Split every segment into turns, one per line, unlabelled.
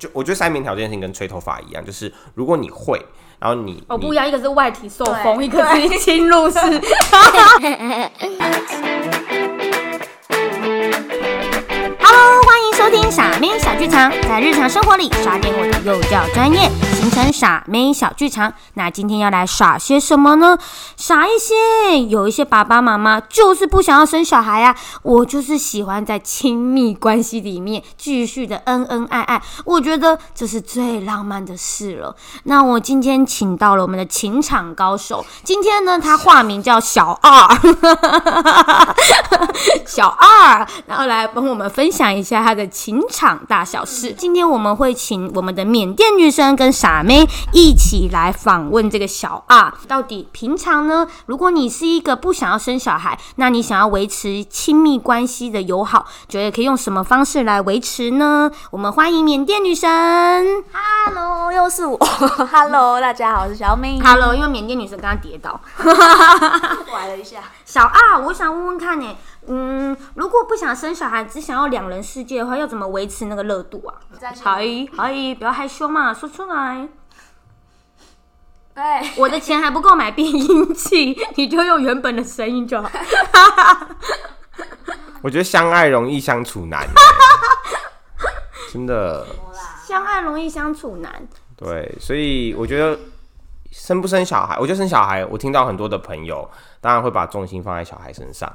就我觉得三明条这件事情跟吹头发一样，就是如果你会，然后你
哦，不一
你
样，一个是外体受风，
对
一个是侵入式。
Hello，欢迎收听傻妹小剧场，在日常生活里耍点我的幼教专业，形成傻妹小剧场。那今天要来耍些什么呢？傻一些，有一些爸爸妈妈就是不想要生小孩啊，我就是喜欢在亲密关系里面继续的恩恩爱爱，我觉得这是最浪漫的事了。那我今天请到了我们的情场高手，今天呢，他化名叫小二。小二，然后来帮我们分享一下她的情场大小事。今天我们会请我们的缅甸女生跟傻妹一起来访问这个小二，到底平常呢，如果你是一个不想要生小孩，那你想要维持亲密关系的友好，觉得可以用什么方式来维持呢？我们欢迎缅甸女生。
Hello，又是我。Hello，大家好，我是小美。
Hello，因为缅甸女生刚刚跌倒。
拐了一下，
小二，我想问问看呢、嗯，如果不想生小孩，只想要两人世界的话，要怎么维持那个热度啊？
再见
好姨，好姨，不要害羞嘛，说出来。
哎，
我的钱还不够买变音器，你就用原本的声音就好。
我觉得相爱容易相处难，欸 真的
相爱容易相处难，
对，所以我觉得生不生小孩，我觉得生小孩，我听到很多的朋友当然会把重心放在小孩身上，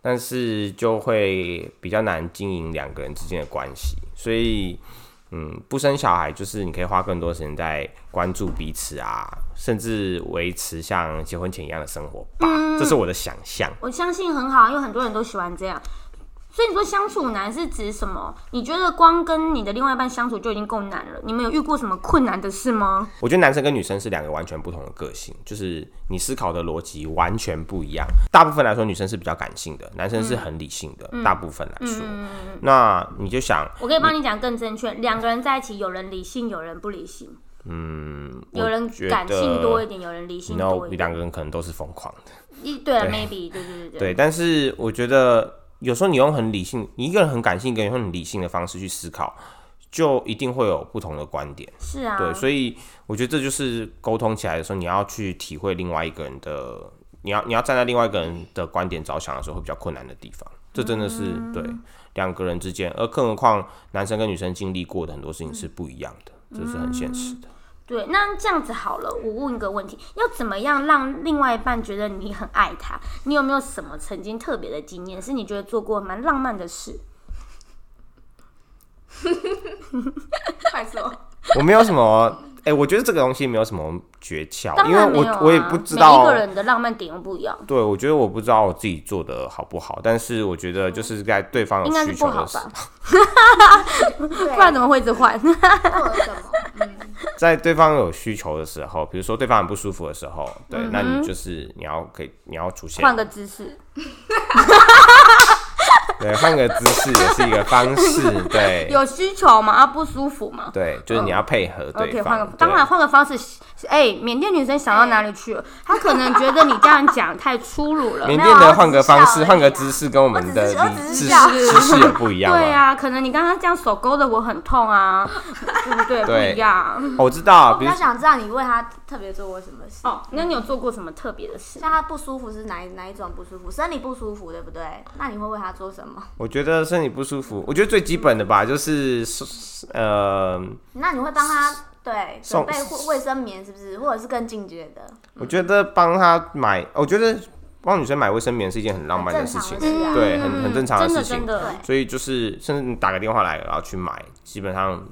但是就会比较难经营两个人之间的关系，所以。嗯，不生小孩就是你可以花更多时间在关注彼此啊，甚至维持像结婚前一样的生活吧。这是我的想象。
我相信很好，因为很多人都喜欢这样。所以你说相处难是指什么？你觉得光跟你的另外一半相处就已经够难了，你们有遇过什么困难的事吗？
我觉得男生跟女生是两个完全不同的个性，就是你思考的逻辑完全不一样。大部分来说，女生是比较感性的，男生是很理性
嗯
的。大部分来说，那你就想，
我可以帮你讲更正确，两个人在一起，有人理性，有人不理性，
嗯，
有人
我觉得
感性多一点，有人理性
然后
多一
你
点。
两个人可能都是疯狂的，
一对了
对
，maybe，对对对
对。但是我觉得有时候你用很理性，你一个人很感性，跟用很理性的方式去思考，就一定会有不同的观点。
是啊，
对，所以我觉得这就是沟通起来的时候，你要去体会另外一个人的，你要你要站在另外一个人的观点着想的时候，会比较困难的地方。这真的是、
嗯
对两个人之间，而更何况男生跟女生经历过的很多事情是不一样的，
嗯
这是很现实的。
对，那这样子好了，我问一个问题，要怎么样让另外一半觉得你很爱他？你有没有什么曾经特别的经验，是你觉得做过蛮浪漫的事？
快走。
我没有什么，哎、我觉得这个东西没有什么诀窍，
当
因为
然没
我、
有、啊、
我也不知道
每一个人的浪漫点又不一样。
对，我觉得我不知道我自己做的好不好，但是我觉得就是在对方
应该
有
是
需
不
求
好
的时
吧，
对，
不然怎么会一直换？
做了什 么？
在对方有需求的时候，比如说对方很不舒服的时候，
嗯
对，那你就是你要可以你要出现，
换个姿势，
对，换个姿势也是一个方 式，对，
有需求吗？啊，不舒服吗？
对，就是
哦
你要配合对
OK，
方。
换个当然
对
换个方式，哎、缅甸女生想到哪里去了？她可能觉得你这样讲太粗鲁了。
缅甸
没有啊
的换个方
我只
式，
是
换个姿势，跟我们的
我只是我
理
只是
姿
笑
姿势有不一样
对
吗？
啊，可能你刚刚这样手勾的我很痛啊，对不对？
对
不一样。
哦我知道，
我比
比如
较想知道你为他特别做过什么事。
哦，那你有做过什么特别的事？
像他不舒服是哪一哪一种不舒服？生理不舒服，对不对？那你会为他做什么？
我觉得身体不舒服，我觉得最基本的吧，就是呃，
那你会帮他对准
送
备卫卫生棉，是不是？或者是更进阶的？
我觉得帮他买，我觉得帮女生买卫生棉是一件很浪漫的事情
很，正常的事啊
对，很很正常的事
真的
情
真。的
对，
所以就是，甚至你打个电话来，然后去买，基本上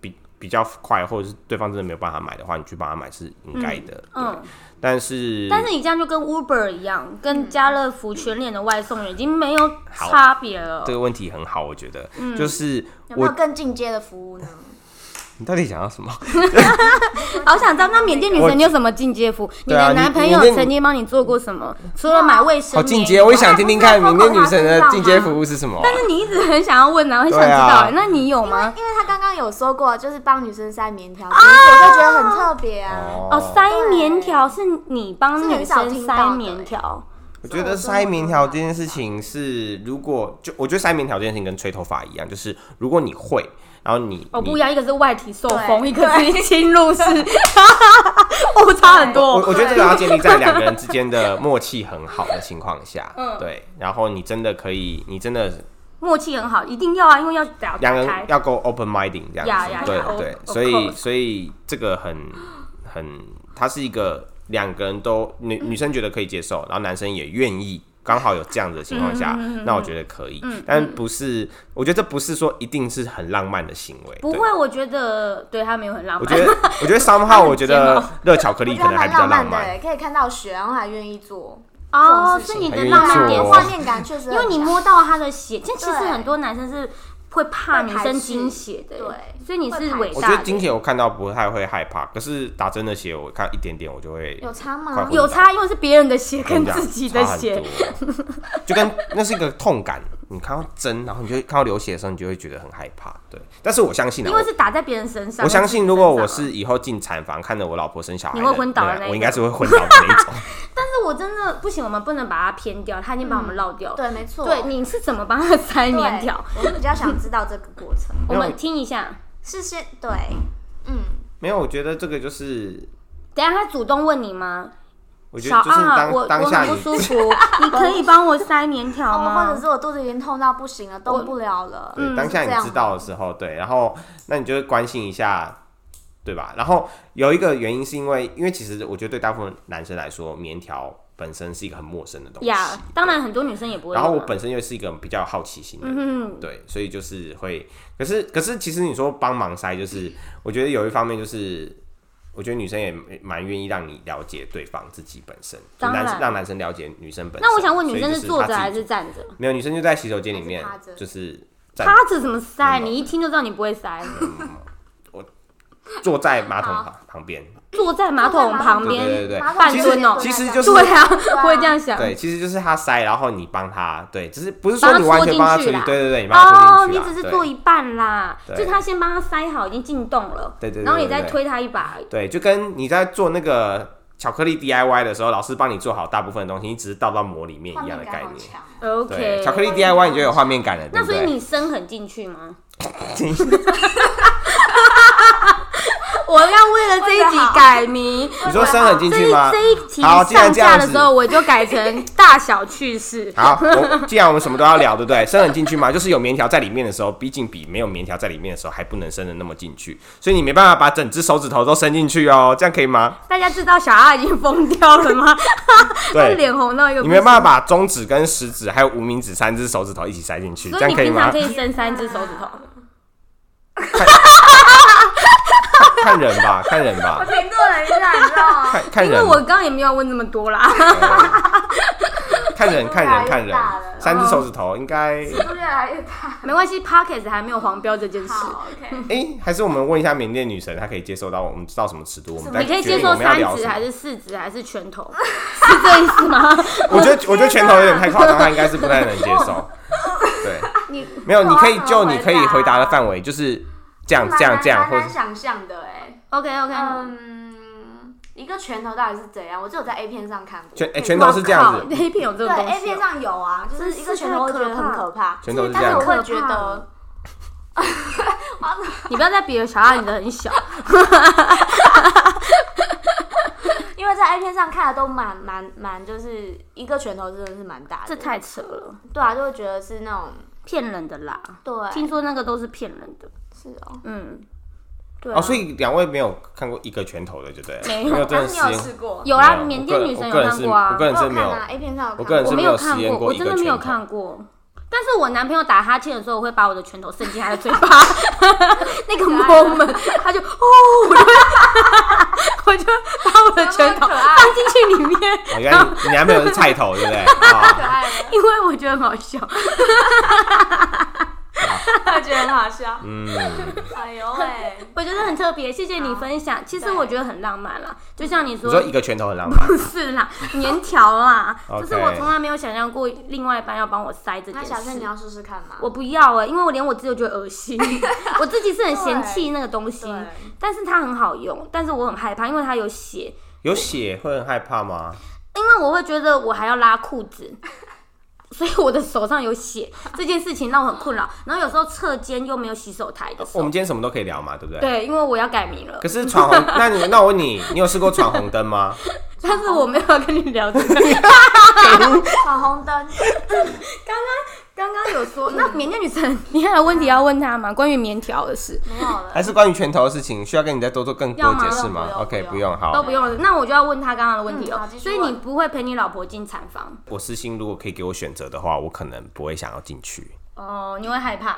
比比较快，或者是对方真的没有办法买的话，你去帮他买是应该的。
嗯。
但是，
但是你这样就跟 Uber 一样，跟
嗯
家乐福全脸的外送员已经没有差别了
这。个问题很好，我觉得，就是
有没有
我
更进阶的服务呢？
你到底想要什么？
好想知道，那缅甸女
我
生你有什么进阶服？你
对啊
的
你
男朋
你
友
那
曾经帮你做过什么？除了买卫生
好
棉，啊
进阶，我也想听听 看
我还
缅
不知道
甸女神的进阶服务是什么啊、
但是你一直很想要问啊，我很想知
对
道、
啊
那你有
因为
吗？
因为他刚刚有说过，就是帮女生塞棉条，所以我就觉得很特别啊。
哦，塞棉条是你帮
这个
女
很少
生
听到
塞
的
棉
欸
条，
我觉得塞棉条这件事情是，如果就我觉得塞棉条这件事情跟吹头发一样，就是如果你会，然后你
哦，
你
不一样，一个是外体受风，
对
一个是侵入式， 哦，差很
我
多。
我觉得这个要建立在两个人之间 的默契很好的情况下，
嗯
对，然后你真的可以，你真的
默契很好，一定要啊，因为要打
两个人
打开。
要够 open minding 这样
呀
子
呀呀
对
，of-
对，
of
所以
course
所以这个很很，它是一个两个人都女女生觉得可以接受，然后男生也愿意。刚好有这样子的情况下，
嗯
那我觉得可以，但不是，我觉得这不是说一定是很浪漫的行为，
不
对
会，啊我觉得对他没有很浪
我觉得
漫。，
我觉得 somehow 我觉
很
得
煎
热巧克
我
力
觉
可
得
能还
蛮
比较
浪
浪
漫的
漫，
欸，可以看到雪，然后还愿意做，
哦，
这种事
是
情
你的
还愿意
浪漫
做
点
哦
画
画
面，
面感确实很强，
因为你摸到他的血，这其实
对
很多男生是会怕女生惊血的，
会排斥对
所以你是伟
我
大
觉
的。
得金钱我看到不太会害怕，可是打针的血我看一点点我就会
有差
快
吗
活？
有差，因为是别人的血跟
跟
自己的血，，
就跟那是一个痛感。你看到针，然后你就会看到流血的时候，你就会觉得很害怕。对，但是我相信啊，
因为是打在别人身上。
我我相信如果我
身上啊，
是以后进产房看着我老婆生小孩的，
你会昏倒
对
的
啊
那一种
我应该是会昏倒的那一 种。
但是我真的不行，我们不能把它偏掉，他已经把我
嗯
们绕掉。
对，没错，
对，你是怎么帮他塞
对
棉条？，
我比较想知道这个过程，
我
没
们
有
听一下。
是先对，嗯，
没有，我觉得这个就是，
等一下他主动问你吗？
我觉
小
得就是当
二，啊我
当
我
下
很
你
不舒服，你可以帮我塞棉条
哦，或
吗
者？是我肚子已经痛到不行了，动不了了，
嗯
嗯
对，当下
是这
你
样
知道的时候，对，然后那你就会关心一下，对吧？然后有一个原因是因为，因为其实我觉得对大部分男生来说，棉条本身是一个很陌生的东西。
呀，
啊
当然很多女生也不会。
然后我，本身又是一个比较有好奇心的人，
嗯，
对，所以就是会，可是可是其实你说帮忙塞，就是我觉得有一方面就是，我觉得女生也蛮愿意让你了解对方自己本身，就
当
男
然
让男生了解女生本身。
那我想问，
所
女生
以
是
就
坐
她
着
自己
还是站 着？
没有？女生就在洗手间里面
还是趴着
就是站
趴着怎么塞？
没有
你一听就知道你不会塞。
坐在马桶旁旁边，
坐在马桶旁
对对
边，
对
马桶
对，
半
其
蹲哦
实其实就是
对啊，
对啊
我也这样想。
对，其实就是他塞，然后你帮他，对，只是不是说
帮他
你完
戳
全
进
帮他
去
推，
啦
对对对，你帮
哦
他，推进去
你
啦
只是
对
做一半啦，
对
就是他先帮他塞好，已经进洞了，
对对对
然后你
对对
再推他一把而已。
对，就跟你在做那个巧克力 DIY 的时候，老师帮你做好大部分的东西，你只是倒到模里面
画
一样
面
的
感
概
好
念。
强，
对，
OK，
巧克力 DIY 你就有画面感了，对
那
不
所以
对？
你深很进 去吗？我要为了这一集改名。
你说深很进
啊这
去
一
吗？
这一题
好，既然
上
这
架
样
的
子
时，候，我就改成大小趣事。
好，我既然我们什么都要聊，对不对？ 深很进去嘛，就是有棉条在里面的时候，毕竟比没有棉条在里面的时候还不能伸的那么进去，所以你没办法把整只手指头都伸进去哦，这样可以吗？
大家知道小阿已经疯掉了吗？他
对，
脸红到一个，
你没办法。把中指跟食指还有无名指三只手指头一起塞进去，这
所以
样
你
可以
平
吗
常可？以伸三只手指头。
看人吧，看人吧，
停顿了一下，你知道吗？
看看
因
人
为。我刚刚也没有问这么多啦。
看人，看人，看
越
人
大了，
三只手指头应该，
哦
度越来越大。
没关系 p o c k e t 还没有黄标这件事。
好，OK，
哎，还是我们问一下缅甸女神，她可以接受到我们到什么尺度？我们再
你可以
决
接
定我
受
们要
三
聊
指
什么
还是四指还是拳头， 是这意思吗？
我觉 得我觉得拳头有点太夸张，他应该是不太能接受。 对，
你
没有，你可以
不知
就
道怎么
你可以回答的范围就是这样这样这样，
蛮
或
难
者
想象的哎。
OK OK，、
嗯，一个拳头到底是怎样？我只有在 A 片上看过。
拳哎拳头是这样子，
黑片有这
对
种东
A
西
片
哦、
上有啊，就是一个
真是
拳头，我觉得
太可
很可怕。
拳头是这
但是我
样。
会觉得，
你不要再比了小爱你的很小，
因为在 A 片上看的都蛮蛮蛮，就是一个拳头真的是蛮大的。
这太扯了，
对啊，就会觉得是那种
骗人的啦。
对，
听说那个都是骗人的，
是哦。
嗯，对啊、
哦，所以两位没有看过一个拳头的，对不对了？
没有
有真
但
的实
是你有
验。
试过？
有
没
啊，
我个
缅甸
人
女神
我
有
个人
看
是
过啊
我，个人
我
是
有
没
看
有
啊，A 片上有看
我
过。
个人是
我没
没
有
有实
看
验
过，
过
我
一
真
个
的没有
拳头
看过。但是我男朋友打哈欠的时候，我会把我的拳头伸进他的 嘴巴，那个 moment，他就哦，我就我就把我的拳头
有没有很可爱
放进去里面，
哦，原来你你男朋友是菜头，对 不对？啊，
可爱了，
因为我觉得很好笑。
我觉得很好笑。
嗯，
哎呦喂，
我觉得很特别，谢谢你分享。其实
对
我觉得很浪漫啦，就像你
你
说
说一个拳头很浪漫，
不是啦，棉条啦，
OK
就是我从来没有想象过另外一半要帮我塞这件
那小倩你
事。
要试试看吗？
我不要哎、因为我连我自己都觉得恶心， 我自己是很嫌弃那个东西
对，，
但是它很好用，但是我很害怕，因为它有血，
有血会很害怕吗？
因为我会觉得我还要拉裤子， 所以我的手上有血，这件事情让我很困扰。然后有时候侧肩又没有洗手台的时
我们
候，
今天什么都可以聊嘛，对不对？
对，因为我要改名了
可，是闯红， 那你那我问你，你有试过闯红灯吗？
但是我没有要跟你聊这个。
闯红灯，
刚刚有说，那缅甸女神，你还有问题要问她吗？关于棉条的事
没有了。
还是关于拳头的事情，需要跟你再多做更多
要吗
解释吗
不用
？OK，不
不用
用，
都
好。
不用了，那我就要问她刚刚的问题
嗯好
了。
继续
所以
问
你不会陪你老婆进产房
我私心如果可以给我选择的话，我可能不会想要进去。
哦，你会害怕。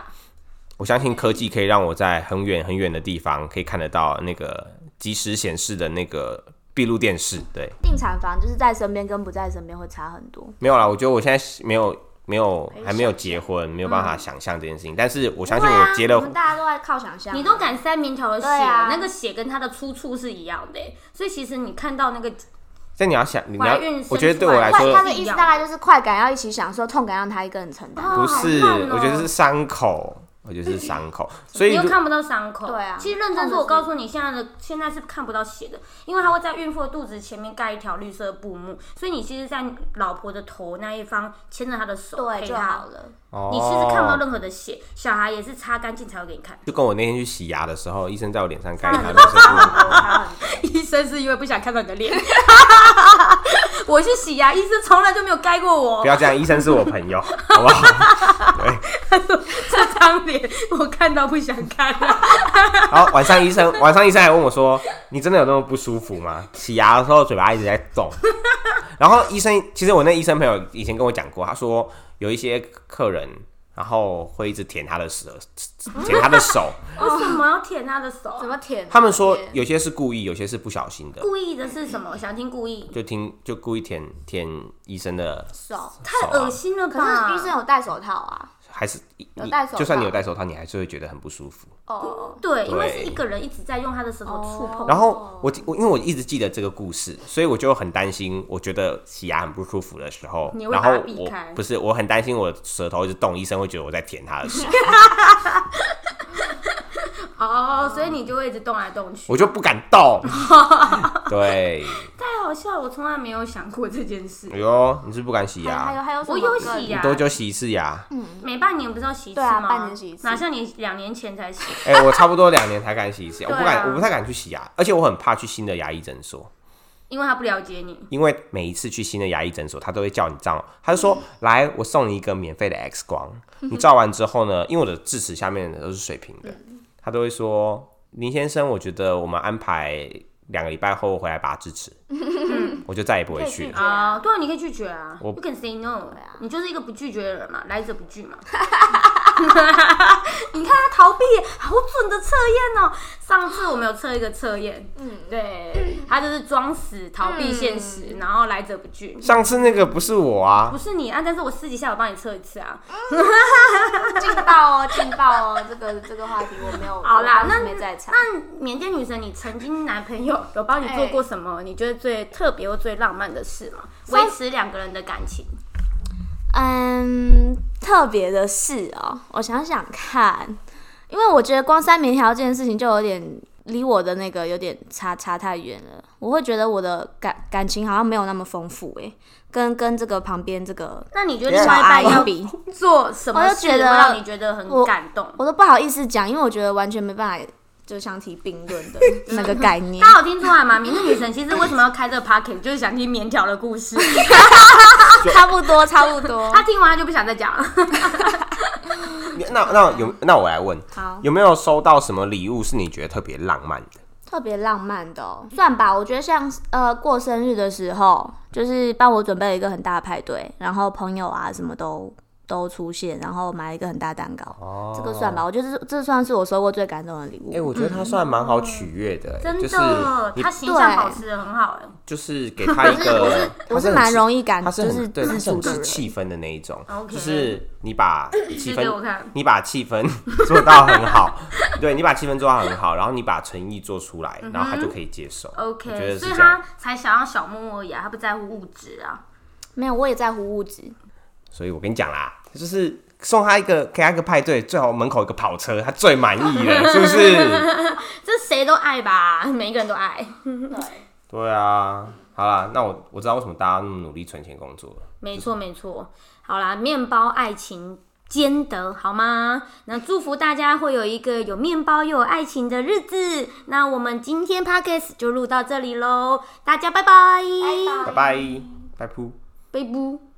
我相信科技可以让我在很远很远的地方可以看得到那个即时显示的那个闭路电视。对，
定产房就是在身边跟不在身边会差很多。
没有啦，我觉得我现在没有没有还没有结婚，没有办法想象这件事情。但是我相信
对啊
我结了
我们大家都在靠想象。啊
你都敢塞棉条的血，
对啊
那个血跟它的出处是一样的欸，所以其实你看到那个
但你要想，你
怀
要
孕生，
我觉得对
出
我
来
来
怀
说
他的意思大概就是快感要一起享受，痛感让他一个人承担。
不是，
哦好烂哦
我觉得是伤口，我觉得是伤口。所
你
以
又
如
看不到伤口。
对啊
其实认真说，我告诉你，现在的现在是看不到血的，因为它会在孕妇的肚子前面盖一条绿色的布幕，所以你其实，在老婆的头那一方牵着她的手，
对
陪
就
她
好。了。
你其实看不
哦，
到任何的血，小孩也是擦干净才会给你看。
就跟我那天去洗牙的时候，医生在我脸上盖一条
差
绿
很多，
色
差
布。
很多，差很多。
医生是因为不想看到你的脸。我去洗牙，医生从来就没有盖过
不
我
要这样，医生是我朋 友，好不好？
这张脸，我看到不想看、啊
然后晚上医生，晚上医生还问我说：“你真的有那么不舒服吗？”洗牙的时候嘴巴一直在动。 然后医生，其实我那医生朋友以前跟我讲过，他说有一些客人，然后会一直舔他的舌，舔他的手。
为什么要舔他的手？
怎么舔？
他们 说有些是故意，有些是不小心的，
故意的是什么？想听故意，
就听就故意舔舔医生的
手。
手、
恶
啊，
心了
可
吧？
是医生有戴手套啊。
还是你
有戴手套
就算你有戴手套，你还是会觉得很不舒服。
哦，
对，因为
对
是一个人一直在用他的舌头触碰。
然后我我因为我一直记得这个故事，所以我就很担心，我觉得洗牙很不舒服的时候
你，会
然
把它
后
避
我
开
不是我很担心我舌头一直动，医生会觉得我在舔他的手，
哦，所以你就会一直动来动去。
我就不敢 动。对，
太好笑了，我从来没有想过这件事。
哎呦，你是不是不敢洗
还有还有
牙？
还有什
我
么更？
有啊洗牙，
多久洗一次牙？
每半年不是要洗一次
对啊
吗？
半年洗一次
哪像你两年前才洗，
哎、我差不多两年才敢洗一次，我不
对啊
敢，我不太敢去洗牙，而且我很怕去新的牙医诊所。
因为他不了解你。
因为每一次去新的牙医诊所，他都会叫你照，他就说：“来，我送你一个免费的 X 光，你照完之后呢，因为我的智齿下面都是水平的，他都会说：林先生，我觉得我们安排两个礼拜后回来拔智齿，我就再也不会去
可以
了
拒绝。
啊、对啊，你可以拒绝啊
我
，You can say no，、你就是一个不拒绝的人嘛，来者不拒 嘛。你看他逃避好准的测验哦，上次我们有测一个测验，嗯，对，他就是装死逃避现实，
嗯
然后来者不拒。
上次那个不是我啊
不，是你啊，但是我私底下我帮你测一次啊。
劲爆哦，劲爆哦！这个这个话题我没 有，
好啦
我当时
那
没在场。
那缅甸女神，你曾经男朋友有帮你做
哎
过什么？你觉得最特别或最浪漫的事吗？维持两个人的感情，
嗯，特别的事哦，我想想看，因为我觉得光三棉条这件事情就有点离我的那个有点差差太远了，我会觉得我的感感情好像没有那么丰富诶，跟跟这个旁边这个
那你觉得
小
另外一半
阿
要
姨比，
做什么事
我就觉得
会让你觉得很感动？
我都不好意思讲，因为我觉得完全没办法就相提并论的那个概念
大。家有听出来吗？明日女神其实为什么要开这个 p o c k e t 就是想听棉条的故 事。
差不多，差不 多。
她听完她就不想再讲了。
那那有那我来问，
好，
有没有收到什么礼物是你觉得特别浪漫的？
特别浪漫的、哦，算吧。我觉得像呃过生日的时候，就是帮我准备了一个很大的派对，然后朋友啊什么都都出现，然后买了一个很大蛋糕，
哦
这个算吧。我觉得这这算是我收过最感动的礼物。
哎、我觉得他算蛮好取悦的、
真
就是
的，
你
她形象保持的很好哎。
就是给他一个，
我是
他很
蛮容易感
他是
啊就
很
是
对，他
自
是
主
很
的
吃
人。
气氛的那一种
啊 OK
就是你把气
给我
氛
看，
你把气氛 做到很好，对你把气氛做到很好，然后你把诚意做出来，然后他就可以接受。我觉
嗯 OK，
得是
所以
这样
她，才想要小木而已啊，她不在乎物质啊。
没有，我也在乎物质。
所以我跟你讲啦，就是送他一个给他一个派对，最好门口有个跑车，他最满意了，是不 是？
这谁都爱吧， 每一个人都爱。
对啊，好啦，那我我知道为什么大家那么努力存钱工作了。
没错没错，好啦，面包爱情兼得，好吗？那祝福大家会有一个有面包又有爱情的日子。那我们今天 podcast 就录到这里喽，大家拜拜，
拜拜，拜拜。
拜拜。